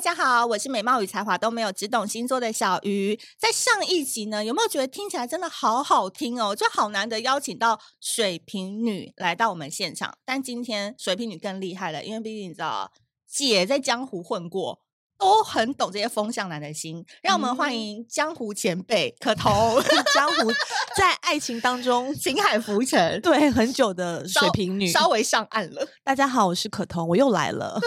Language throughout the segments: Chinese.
家好，我是美貌与才华都没有，只懂星座的小鱼。在上一集呢，有没有觉得听起来真的好好听哦？就好难得邀请到水瓶女来到我们现场，但今天水瓶女更厉害了，因为毕竟你知道，姐在江湖混过。都很懂这些风向男的心，让我们欢迎江湖前辈可 彤、，江湖在爱情当中情海浮沉，对很久的稍水瓶女。稍微上岸了。大家好，我是可彤，我又来了。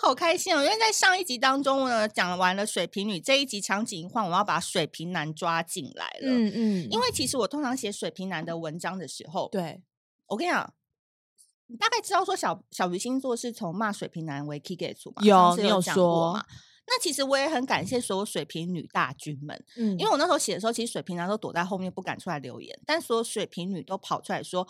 好开心哦！因为在上一集当中呢，讲完了水瓶女，这一集场景一换，我要把水瓶男抓进来了。嗯嗯，因为其实我通常写水瓶男的文章的时候，对我跟你讲，你大概知道说小小鱼星座是从骂水瓶男为 key 给出嘛？有上次你有讲过说嘛？那其实我也很感谢所有水瓶女大军们，嗯因为我那时候写的时候，其实水瓶男都躲在后面不敢出来留言，但所有水瓶女都跑出来说。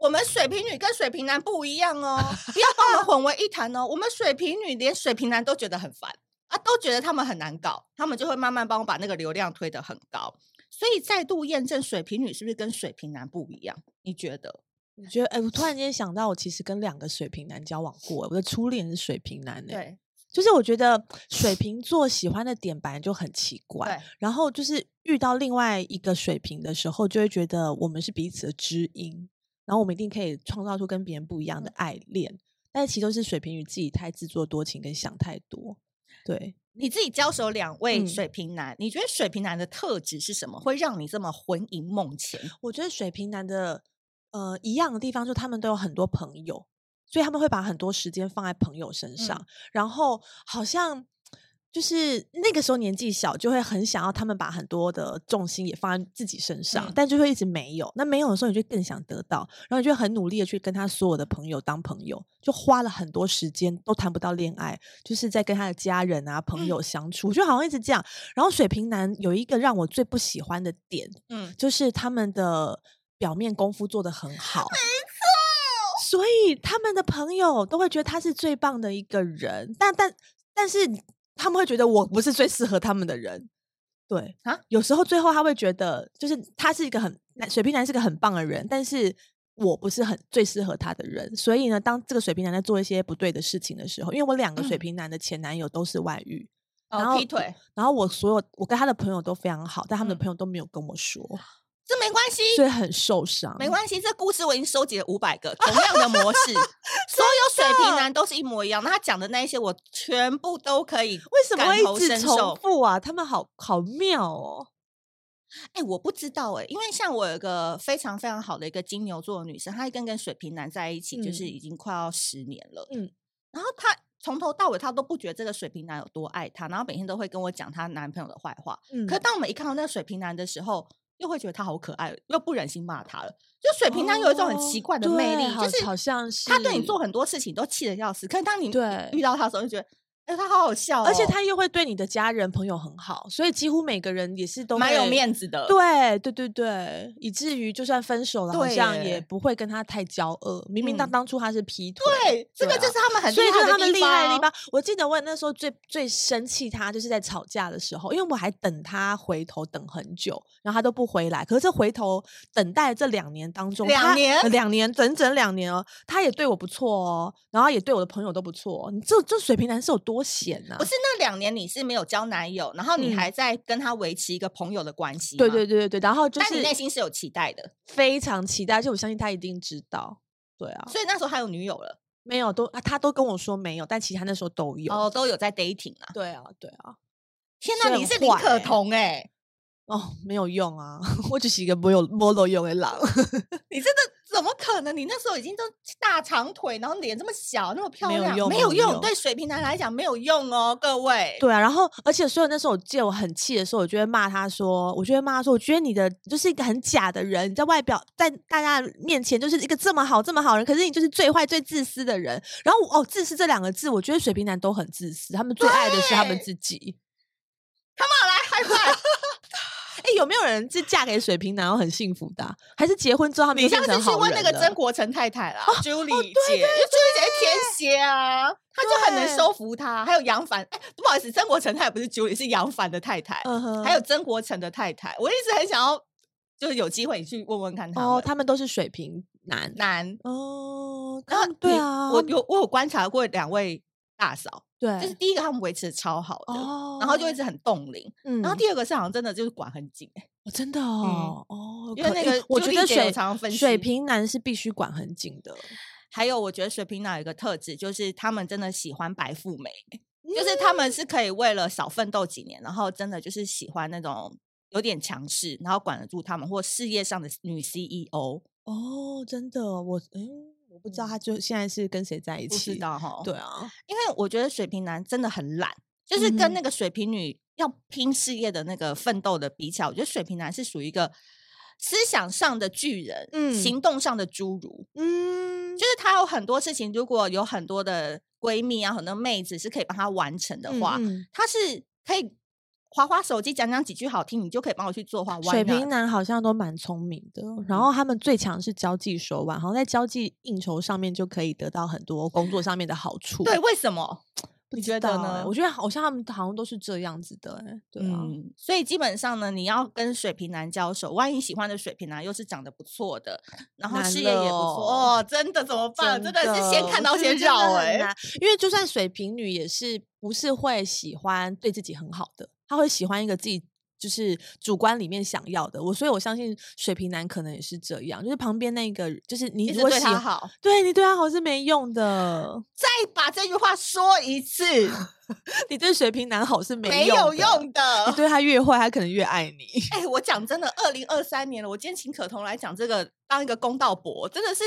我们水瓶女跟水瓶男不一样哦，不要把我们混为一谈哦。我们水瓶女连水瓶男都觉得很烦啊，都觉得他们很难搞，他们就会慢慢帮我把那个流量推得很高。所以再度验证水瓶女是不是跟水瓶男不一样？你觉得？我觉得，哎、我突然间想到，我其实跟两个水瓶男交往过、我的初恋是水瓶男、欸，，对就是我觉得水瓶座喜欢的点本来就很奇怪，对然后就是遇到另外一个水瓶的时候，就会觉得我们是彼此的知音，然后我们一定可以创造出跟别人不一样的嗯爱恋，但是其实都是水瓶女自己太自作多情跟想太多，对。你自己交手两位嗯水瓶男，你觉得水瓶男的特质是什么，会让你这么魂萦梦牵？我觉得水瓶男的呃一样的地方，就他们都有很多朋友，所以他们会把很多时间放在朋友身上，嗯然后好像。就是那个时候年纪小，就会很想要他们把很多的重心也放在自己身上，嗯但就会一直没有。那没有的时候，你就更想得到，然后你就很努力的去跟他所有的朋友当朋友，就花了很多时间都谈不到恋爱，就是在跟他的家人啊、朋嗯友相处，我觉得好像一直这样。然后水瓶男有一个让我最不喜欢的点，嗯，就是他们的表面功夫做得很好，没错。所以他们的朋友都会觉得他是最棒的一个人，但但但是他们会觉得我不是最适合他们的人。对啊有时候最后他会觉得，就是他是一个很水瓶男，是个很棒的人，但是我不是很最适合他的人。所以呢，当这个水瓶男在做一些不对的事情的时候，因为我两个水嗯瓶男的前男友都是外遇，然哦，后劈腿，然后我所有我跟他的朋友都非常好，但他嗯们的朋友都没有跟我说。这没关系，所以很受伤。没关系，这故事我已经收集了五百个同样的模 式，所有水瓶男都是一模一样。那他讲的那一些，我全部都可以。为什么感会同一直身受重复啊？他们好好妙哦。哎、我不知道哎、因为像我有一个非常非常好的一个金牛座的女生，她跟跟水瓶男在一起，就是嗯已经快要十年了。嗯嗯，然后她从头到尾她都不觉得这个水瓶男有多爱她，然后每天都会跟我讲她男朋友的坏话。嗯可当我们一看到那个水瓶男的时候，又会觉得他好可爱，又不忍心骂他了。就水瓶男有一种很奇哦怪的魅对力，好就是好像是他对你做很多事情都气得要死，可是当你对遇到他的时候，就觉得哎、他好好笑哦、而且他又会对你的家人朋友很好，所以几乎每个人也是都蛮有会。面子的。对对对对，以至于就算分手了，好对像耶也不会跟他太骄傲。明明当嗯当初他是劈腿，对，这个对啊就是他们很厉所以就害是的他们地厉害的地方方。我记得我那时候最最生气他，就是在吵架的时候，因为我还等他回头等很久，然后他都不回来。可是这回头等待这两年当中，两他年呃两年整整两年哦，他也对我不错哦，然后也对我的朋友都不错、哦。你这这水平男是有多闲呐、不是那两年你是没有交男友，然后你嗯还在跟他维持一个朋友的关系吗，对对对对对，然后就啊但你内是心是有期待的，非常期待，而且我相信他一定知道。对啊，所以那时候还有女友了，没有都、啊他都跟我说没有，但其实他那时候都有。哦，都有在 dating 啊！对啊，对啊，天哪，是你很是李坏可欸彤哎、哦，没有用啊， 我只是一个没有没有用的狼。你真的怎么可能？你那时候已经都大长腿，然后脸这么小，那么漂没有亮，用没没有有用，用对水瓶男来讲没有用哦，各位。对啊，然后而且所以那时候我记得我很气的时候，我就会骂他说，我就会骂他说，我觉得你的就是一个很假的人，你在外表在大家面前就是一个这么好这么好的人，可是你就是最坏最自私的人。然后我哦，自私这两个字，我觉得水瓶男都很自私，他们最爱的是他们对自己。来 high five！哎，有没有人是嫁给水瓶男然后很幸福的啊、还是结婚之后他们你就上变次成去好问那人个了哦曾国成太太啦、j u l i e 姐，因为 Julie 姐是天蝎啊，她就很能对收服他。还有杨凡，哎，不好意思，曾国成太太不是 Julie，是杨凡的太太，嗯哼，还有曾国成的太太。我一直很想要，就是有机会你去问问看他们。哦，他们都是水瓶男。男，哦，然他后们对你啊，我有我有观察过两位大嫂，对，就是第一个他们维持的超好的，哦，然后就一直很冻龄。嗯，然后第二个是好像真的就是管很紧欸，哦真的哦哦，因为可那个我朱觉莉得姐有水常常分水析平男是必须管很紧的，还有我觉得水瓶男有一个特质，就是他们真的喜欢白富美，就是他们是可以为了少奋斗几年，然后真的就是喜欢那种有点强势，然后管得住他们或事业上的女 E CEO，哦，真的哦，我嗯，我不知道他就现在是跟谁在一不起，知道哈？对，啊，因为我觉得水瓶男真的很懒，就是嗯跟那个水瓶女要拼事业的那个奋斗的比起来，我觉得水瓶男是属于一个思想上的巨人，嗯行动上的侏儒。嗯就是她有很多事情，如果有很多的闺蜜啊，很多妹子是可以帮她完成的话，嗯她是可以划划手机，讲讲几句好听，你就可以帮我去做话。水瓶呢？男好像都蛮聪明的，然嗯后他们最强是交际手腕，好像在交际应酬上面就可以得到很多工作上面的好处。对，，为什么？不你知觉得道欸呢我觉得好像他们好像都是这样子的、欸，对啊，嗯，所以基本上呢，你要跟水瓶男交手，万一喜欢的水瓶男又是长得不错的，然后难事业也不错，了哦，真的怎么办？真的的是先看到我觉先得真的绕很哎、难因为就算水瓶女也是不是会喜欢对自己很好的，她会喜欢一个自己。就是主观里面想要的，我所以我相信水瓶男可能也是这样，就是旁边那个，就是你一如直果对喜他好，对你对他好是没用的，再把这句话说一次，你对水瓶男好是 没没用有的用的。你对他越坏，他可能越爱 你。哎、我讲真的，二零二三年了，我今天请可彤来讲这个，当一个公道伯，真的是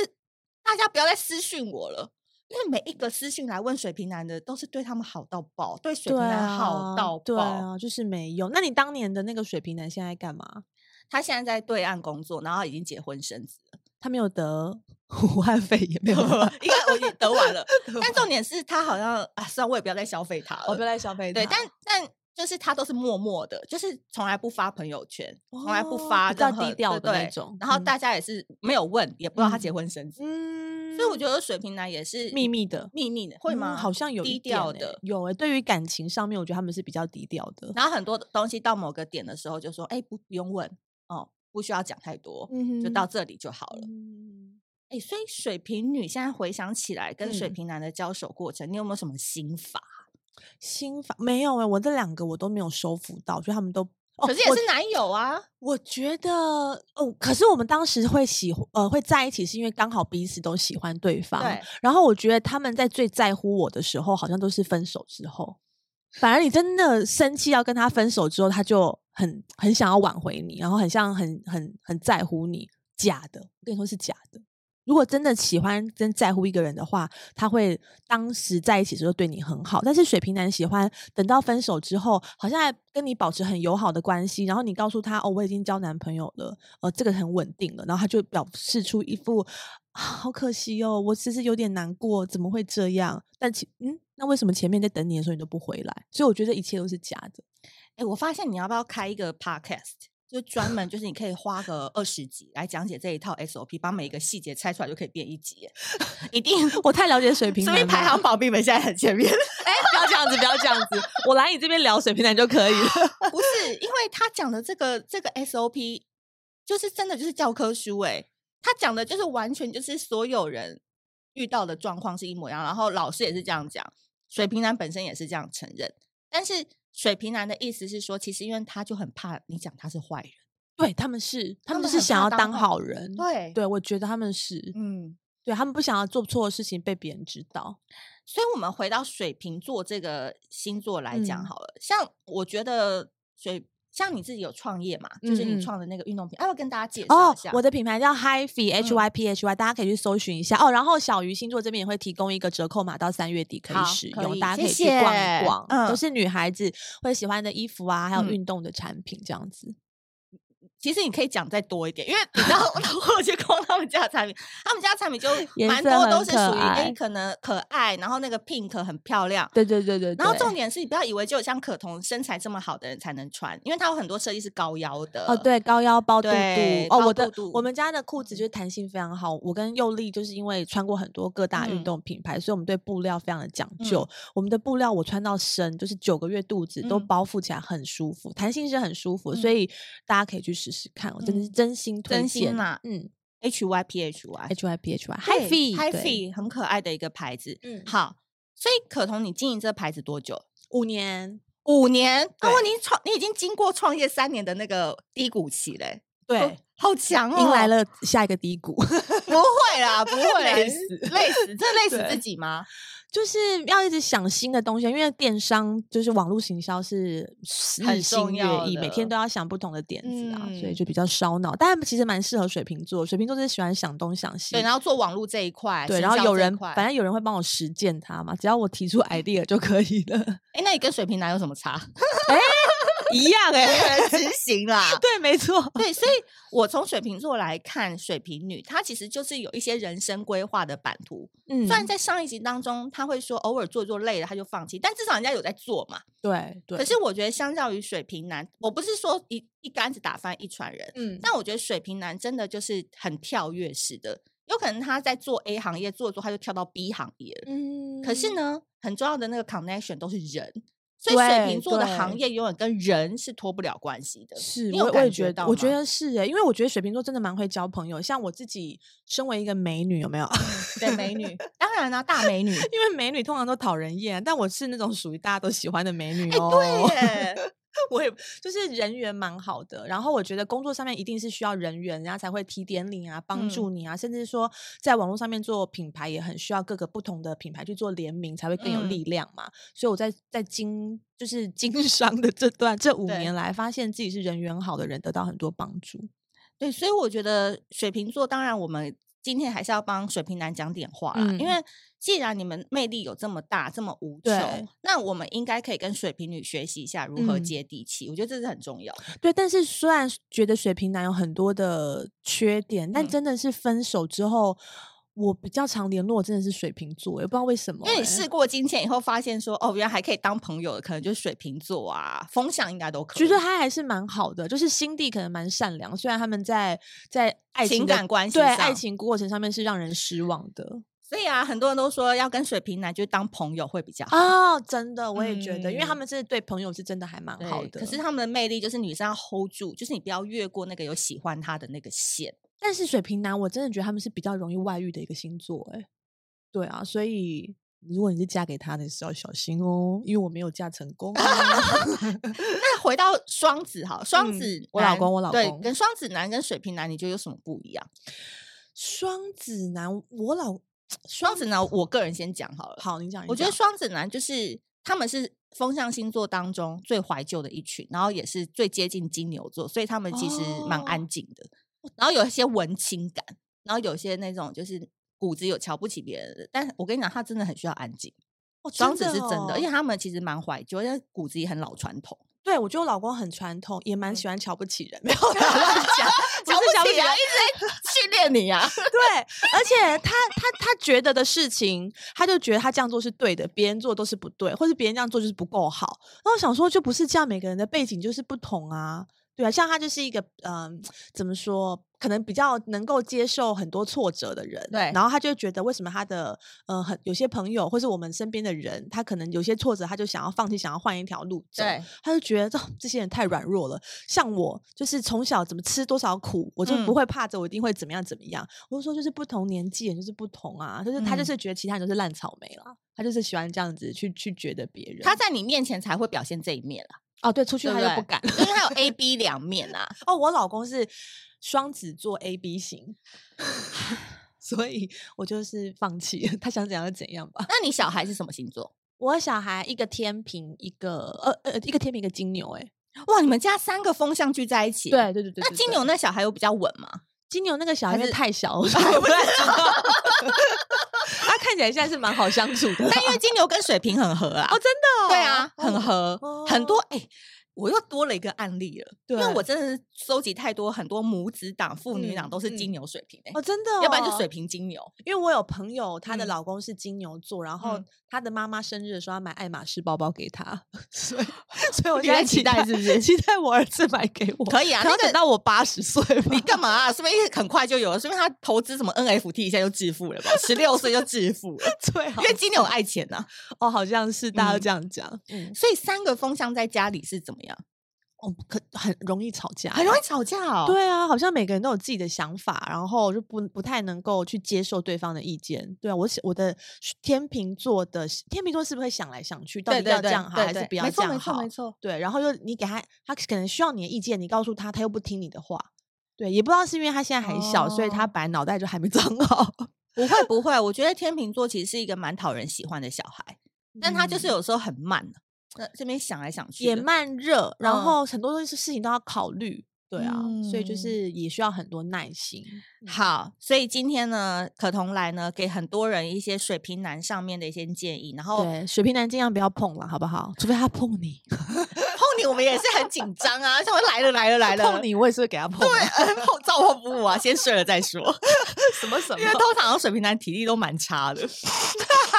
大家不要再私讯我了，因为每一个私讯来问水瓶男的，都是对他们好到爆，对水对瓶男啊，好到对爆。啊，就是没用。那你当年的那个水瓶男现在干嘛？他现在在对岸工作，然后已经结婚生子了，他没有得 武汉肺炎，没 有应该我已经 得完了。但重点是他好像啊，算我也不要再消费他了，我哦不要再消费对，他但但。就是他都是默默的，就是从来不发朋友圈，从来不哦发比较任何低调对的那对种然后嗯大家也是没有问，也不知道他嗯结婚生子，嗯，所以我觉得水瓶男也是秘密的秘密的，会嗯吗？好像有一低点调欸的。有哎、对于感情上面，我觉得他们是比较低调的。然后很多东西到某个点的时候，就说：“哎、不，不用问哦，不需要讲太多，嗯就哼到这里就好了。嗯哎、所以水瓶女现在回想起来，跟水嗯瓶男的交手过程，你有没有什么心法？心法没有哎、我这两个我都没有收服到，就他们都哦可是我也是男友啊，我觉得哦，可是我们当时会喜欢呃会在一起，是因为刚好彼此都喜欢对方。对然后我觉得他们在最在乎我的时候，好像都是分手之后。反而你真的生气要跟他分手之后，他就很很想要挽回你，然后很像很很很在乎你。假的，我跟你说是假的。如果真的喜欢、真在乎一个人的话，他会当时在一起的时候对你很好，但是水瓶男喜欢等到分手之后，好像还跟你保持很友好的关系，然后你告诉他哦，我已经交男朋友了，呃，这个很稳定了，然后他就表示出一副啊，好可惜哦，我其实有点难过，怎么会这样？但其嗯，那为什么前面在等你的时候你都不回来？所以我觉得一切都是假的。 哎、我发现你要不要开一个 podcast？就专门就是你可以花个二十集来讲解这一套 SOP，把每一个细节拆出来就可以变一集 耶，一定我太了解水瓶所男以了，排行榜比你们现在很前面。哎，不要这样子，不要这样子，我来你这边聊水瓶男就可以了。 不是，因为他讲的这个这个 SOP，就是真的就是教科书诶、他讲的就是完全就是所有人遇到的状况是一模一样，然后老师也是这样讲，水瓶男本身也是这样承认，但是水瓶男的意思是说，其实因为他就很怕你讲他是坏人，对他们是，他他们们是很想怕要当当好好人。对嗯对，我觉得他们是，嗯，对他们不想要做错的事情被别人知道。所以我们回到水瓶座这个星座来讲嗯好了，像我觉得水。像你自己有创业嘛？就是嗯嗯你创的那个运动品，要不要跟大家介绍哦一下？，我的品牌叫 HiFi 嗯 H Y P H Y，、大家可以去搜寻一下哦。然后小鱼星座这边也会提供一个折扣码，到三月底可以好使可用，以大家谢可以去逛一谢逛，都嗯是女孩子会喜欢的衣服啊，还有嗯运动的产品这样子。其实你可以讲再多一点，因为你知道，我去逛他们家的产品，他们家的产品就 颜蛮色多都很是可属于爱哎可能可爱，然后那个 pink 很漂亮。对对对对然后重点是，你不要以为只有像可彤身材这么好的人才能穿，因为它有很多设计是高腰的。哦，对，高腰包肚肚对哦，包我的肚肚嗯我们家的裤子就是弹性非常好。我跟佑丽就是因为穿过很多各大运嗯动品牌，所以我们对布料非常的讲究。我们的布料我穿到深，就是九个月肚子都嗯包覆起来很舒服，弹性是很舒服，所以大家可以去试试看。我真的是嗯真心推真心荐啦嗯 h Y P H Y ，H Y P H Y h Hi Fi Hi Fi 很可爱的一个牌子。嗯好，所以可彤，你经营这牌子多久？五年，五年。那对问你创，你已经经过创业三年的那个低谷期嘞，哦对，，好强哦！迎来，了下一个低谷，不会啦，不会 啦，累死累死，这累死对自己吗？就是要一直想新的东西，因为电商就是网络行销是很日重新月要异，每天的都要想不同的点子啊，所以嗯就比较烧脑。但其实蛮适合水瓶座，水瓶座就是喜欢想东想西对，。然后做网络这一块，对，行然后销有这一人，块嗯反正有人会帮我实践它嘛，只要我提出 idea 就可以 了，哎，那你跟水瓶男有什么 差？一样哎、执行啦。 对，没错， 对，所以我从水瓶座来看，水瓶女她其实就是有一些人生规划的版图。嗯虽然在上一集当中，她会说偶尔做做累了她就放弃，但至少人家有在做嘛。对对，可是我觉得相较于水瓶男，我不是说一一竿子打翻一船人，嗯，但我觉得水瓶男真的就是很跳跃式的，有可能他在做 A 行业做做，他就跳到 B 行业了。嗯可是，呢，很重要的那个 connection 都是人，所以水对瓶座的行对业永远跟人是脱不了关系的。是你有我我也感觉觉得，到我觉吗得是耶，因为我觉得水瓶座真的蛮会交朋友。像我自己身为一个美女，有没有？对，美女，当然啦、大 美女。因为美女通常都讨人厌，啊但我是那种属于大家都喜欢的美女哎、哦。对耶， 我也就是人缘蛮好的，然后我觉得工作上面一定是需要人缘，人家才会提点你啊，帮嗯助你啊，甚至说在网络上面做品牌也很需要各个不同的品牌去做联名，才会更有嗯力量嘛。所以我在在经就是经商的这段这五对年来，发现自己是人缘好的人，得到很多帮助。对，所以我觉得水瓶座，当然我们今天还是要帮水瓶男讲点话啦，因嗯为既然你们魅力有这么大，这么无对穷，那我们应该可以跟水瓶女学习一下如何嗯接地气，我觉得这是很重要的。对，但是虽然是觉得水瓶男有很多的缺点，但嗯真的是分手之后，我比较常联络真的是水瓶座，也不知道为什么因欸、为你试过金钱以后，发现说哦，原来还可以当朋友的，可能就是水瓶座啊，风向应该都可以。觉得他还是蛮好的，就是心地可能蛮善良，虽然他们在在爱情情的感关系对爱上情过程上面是让人失望的所以啊，很多人都说要跟水瓶男就是当朋友会比较好。哦，真的我也觉得，因为他嗯们真的对朋友是真的还蛮对好的，可是他们的魅力就是女生要 hold 住，就是你不要越过那个有喜欢他的那个线。但是水瓶男我真的觉得他们是比较容易外遇的一个星座，哎，对啊，所以。如果你是嫁给他的，是要小心哦，因为我没有嫁成功、啊。那回到双子哈，双嗯子男、我老公我老公对，跟双子男跟水瓶男，你觉得有什么不一样？ 双子男，我老双子男，我个人先讲好了。好，你讲，你我觉得讲双子男就是他们是风象星座当中最怀旧的一群，然后也是最接近金牛座，所以他们其实蛮哦安静的，然后有一些文青感，然后有一些那种就是骨子有瞧不起别人的，但我跟你讲，他真的很需要安静。哦双子是真的，而且哦他们其实蛮怀旧，因为骨子也很老传统。对我觉得我老公很传统，也蛮嗯，喜欢瞧不起人，没有啦乱 讲不瞧是瞧不起起啊，人一，直在 训练你 啊。对，而且他他他觉得的事情，他就觉得他这样做是对的，别人做都是不对，或是别人这样做就是不够好。那我想说，就不是这样，每个人的背景就是不同啊。对啊，像他就是一个嗯、怎么说，可能比较能够接受很多挫折的人。对然后他就觉得为什么他的嗯、呃很有些朋友或是我们身边的人，他可能有些挫折，他就想要放弃，想要换一条路走。对，他就觉得、哦、这些人太软弱了。像我，就是从小怎么吃多少苦，我就不嗯会怕着我一定会怎么样怎么样。我就说，就是不同年纪人就是不同啊，就是他就嗯是觉得其他人都是烂草莓啦，他就是喜欢这样子去去觉得别人。他在你面前才会表现这一面啦，哦，对，出去对他不就不对敢。因为 他有 A、B 两面啊。哦，我老公是双子座 A B 型，所以我就是放弃，他想怎样就怎样吧。那你小孩是什么星座？我小孩一个天平，一个呃呃一个天平，一个金牛、欸，哎，哇，你们家三个风向聚在一起，。对对对对。那对金对牛那小孩有比较稳吗？ 金牛那个小孩还因为是 太小，我我不太知 道。他看起来现在是蛮好相处的啊，但因为金牛跟水瓶很合啊哦，，真的、哦，对啊，哦很合，很多哦哎、我又多了一个案例了，因为对我真的是收集太多很多母子档、父女档嗯都是嗯金牛水瓶哎、哦，真的、哦，要不然就水。瓶金牛，因为我有朋友，她的嗯老公是金牛座，然后嗯她的妈妈生日的时候，要买爱马仕包包给她， 所以所以我你现在在期期待待是不是 期待我儿子买给我，可以啊可要那个等到我八十岁吧，你干嘛啊？是不是很快就有了？是不是他投资什么 NFT 一下就致富了吧？十六岁就致富了 最好因为金牛爱钱呐、哦，好像是大家都嗯这样讲，嗯所以三个风向在家里是怎么样？哦，可很容易吵架，很容易吵架哦。，对啊，好像每个人都有自己的想法，然后就不不太能够去接受对方的意见。对啊，我喜我的是天秤座的天秤座是不是会想来想去，到对底对要对，这样好对还是对不要没这错没样错好没？错。对，然后又你给他，他可能需要你的意见，你告诉他，他又不听你的话。对，也不知道是因为他现在还小，所以他哦本来脑袋就还没长 好。不会不会，我觉得天秤座其实是一个蛮讨人喜欢的小孩，但他就是嗯有时候很慢啊那这边想来想去也的，慢热，然嗯后很多东西事情都要考虑。对啊，所以就嗯是也需要很多耐心。好，所以今天呢，可彤来呢，给很多人一些水平男上面的一些建议，然后碰对，水瓶男尽量不要碰了，好不好？除非他碰你，你我们也是很紧张啊，想说来了来了来他了，碰你，我也是会给他碰对，啊。呃碰照碰不误啊，先睡了再说， 什么什因为通常水平男体力都蛮差的。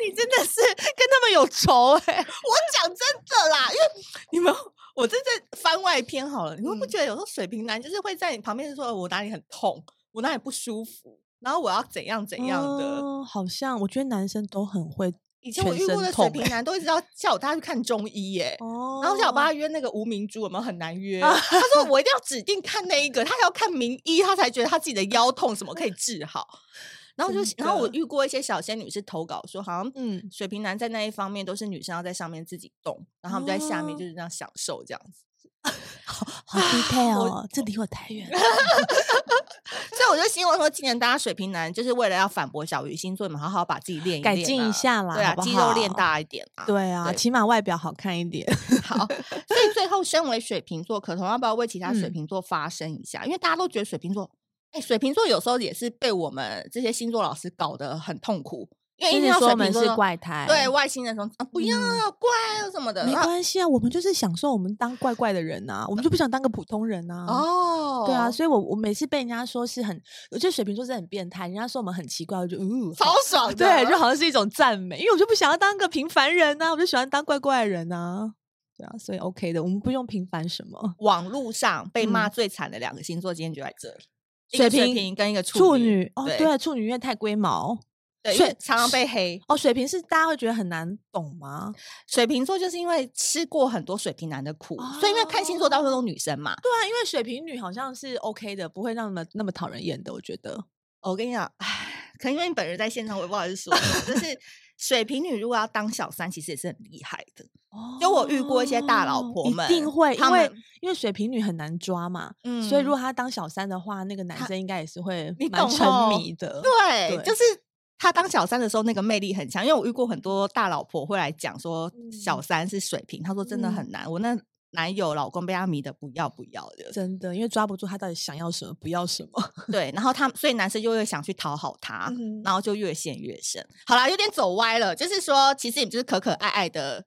你真的是跟他们有仇欸哎、我讲真的啦，因为你们。我这在番外篇好了，你们不嗯觉得有时候水瓶男就是会在你旁边说呃我哪里很痛，我哪里不舒服，然后我要怎样怎样的？哦好像我觉得男生都很会以前我全遇过身的水痛瓶欸男都一直要叫我带他去看中医欸耶、哦啊然后叫我帮他约那个无名猪，我们很难约。他说我一定要指定看那一个，他还要看名医，他才觉得他自己的腰痛什么可以治好。然后就真，然后我的遇过一些小仙女是投稿说，好像嗯，水瓶男在那一方面都是女生要在上面自己动，然后他们就在下面哦就是这样享受这样子。好 detail 我哦，这离我太远了。所以我就希望说，今年大家水瓶男就是为了要反驳小鱼星座，你们好好把自己练一 改练进一啊下啦对啊，好不肌肉练好大一点啊。对啊，对起码外表好看一点。好，所以最后身为水瓶座，可彤要不要为其他水嗯瓶座发声一下？因为大家都觉得水瓶座，哎、水瓶座有时候也是被我们这些星座老师搞得很痛苦，因为一一定要直哎说水我瓶们座是都怪胎，对外星人说啊不要嗯啊怪啊什么的，没然后关系啊，我们就是享受我们当怪怪的人呐、我们就不想当个普通人呐、啊。哦，对啊，所以我我每次被人家说是很，我觉得水瓶座是很变态，人家说我们很奇怪，我就呃呜，超好爽 的，对，就好像是一种赞美，因为我就不想要当个平凡人啊呐、我就喜欢当怪怪的人呐、对啊，所以 OK 的，我们不用平凡什么。网络上被骂嗯最惨的两个星座，今天就在这里。一水个水瓶瓶跟一个处女，女哦，对对，处女因为太龟毛对，因水为常常被黑。哦，水瓶是大家会觉得很难懂吗？水瓶座就是因为吃过很多水瓶男的苦，所以因为看星座大部分都是女生嘛，对啊，因为水瓶女好像是 OK 的，不会那么那么讨人厌的，我觉得。哦我跟你讲，唉，可能因为你本人在现场，我也不好意思说什么。就是水瓶女如果要当小三，其实也是很厉害的。就我遇过一些大老哦婆们一定会，她因为们因为水瓶女很难抓嘛，嗯所以如果她当小三的话，那个男她生应该也是会你蛮懂沉吼迷的。对，对就是她当小三的时候，那个魅力很强。因为我遇过很多大老婆会来讲说，小嗯三是水瓶，她说真的很难。我那男友、老公被她迷得不要不要的。真的，因为抓不住她到底想要什么，不要什么。对，然后他，所以男生就会想去讨好她。嗯然后就越陷越深。好啦，有点走歪了，就是说，其实你们就是可可爱爱的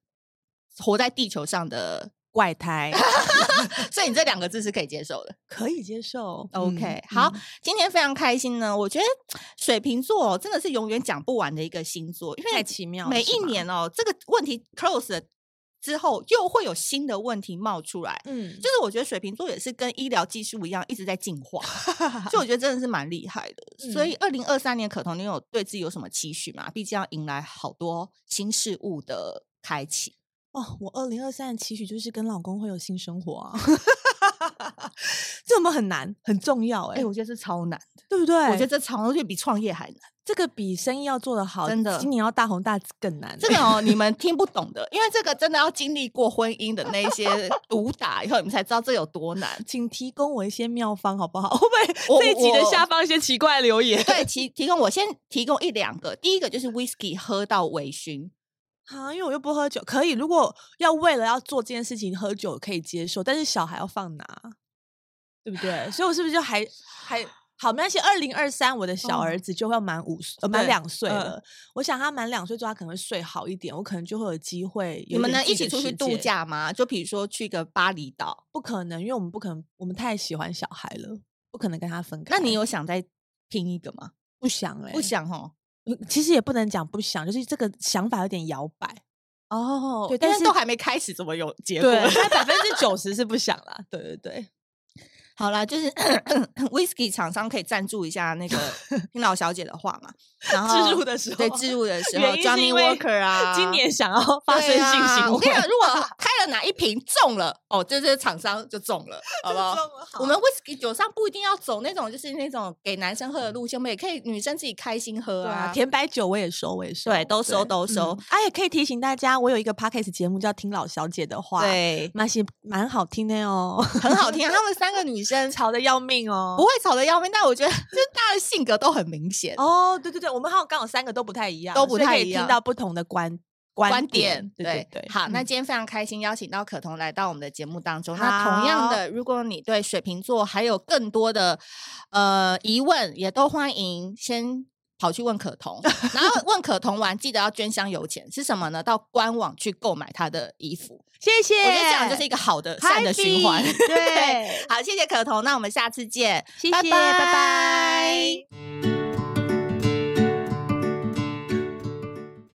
活在地球上的 怪胎所以你这两个字是可以接受的。可以接受。 OK，、嗯好嗯，今天非常开心呢。我觉得水瓶座、哦、真的是永远讲不完的一个星座，因太为奇妙了，每是一吗，年哦，这个问题 close 了之后，又会有新的问题冒出来。嗯，就是我觉得水瓶座也是跟医疗技术一样，一直在进 化，所以我觉得真的是蛮厉害的。所以嗯二零二三年，可彤，你有对自己有什么期许吗？毕竟要迎来好多新事物的开启。哦，我二零二三的期许就是跟老公会有新生活啊。 这有没有很难？很重要哎、哎、我觉得这超难的，对不对？我觉得这超难，我觉得比创业还难。这个比生意要做得好，真的今年要大红大紫更难。。这个哦，你们听不懂的，因为这个真的要经历过婚姻的那一些毒打以后，你们才知道这有多难 请提供我一些妙方好不 好？会不我会这一集的我下方一些奇怪的留言？ 对，提提供我先提供一两个，第一个就是 whisky 喝到微醺，啊，因为我又不喝酒，可以。如果要为了要做这件事情喝酒可以接受，但是小孩要放哪，啊对不对？所以我是不是就还还好？没关系，二零二三我的小嗯儿子就会要满五岁，呃满对两岁嗯了。我想他满两岁之后，他可能会睡好一点，我可能就会有机会有你们点能自一己起的出去世度界？假吗？就比如说去个巴厘岛，不可能，因为我们不可能，我们太喜欢小孩了，不可能跟他分开。那你有想再拼一个吗？不想哎、不想哦。嗯，其实也不能讲不想，就是这个想法有点摇摆。哦对但但是是都还没开始，怎么有结果？对，百分之九十是不想啦。对对对， 好啦，就是 whisky 厂商可以赞助一下那 个听老小姐的话嘛，然后置入的时候，啊对置入的时候原因是，Johnny 因为 Walker 啊，今年想要发生对性行为，啊我跟你讲，如果开了哪一瓶中了，哦，这这厂商就中 了，好不好？我们 whisky 酒上不一定要走那种就是那种给男生喝的路线，我们也可以女生自己开心喝对啊啊，。甜白酒我也收，我也收，对都收都收嗯啊，也可以提醒大家，我有一个 podcast 节目叫《听老小姐的话》，，对，蛮喜蛮好听的 哦，很好听啊。他们三个女生吵的要命 哦不。会吵得要命，但我觉得就是大家的性格都很明显。哦，对对对，我们好像刚好三个都不太一样，都不所以可太以一听样到不同的观观点点，，对对。好，那嗯今天非常开心邀请到可彤来到我们的节目当中。那同样的，如果你对水瓶座还有更多的呃疑问，也都欢迎先。跑去问可 彤，然后问可彤完，记得要捐香油钱是什么呢？到官网去购买她的衣服。谢谢，我觉得这样就是一个好的善的循环。 Happy，对好，谢谢可彤，那我们下次见，谢谢，拜拜拜。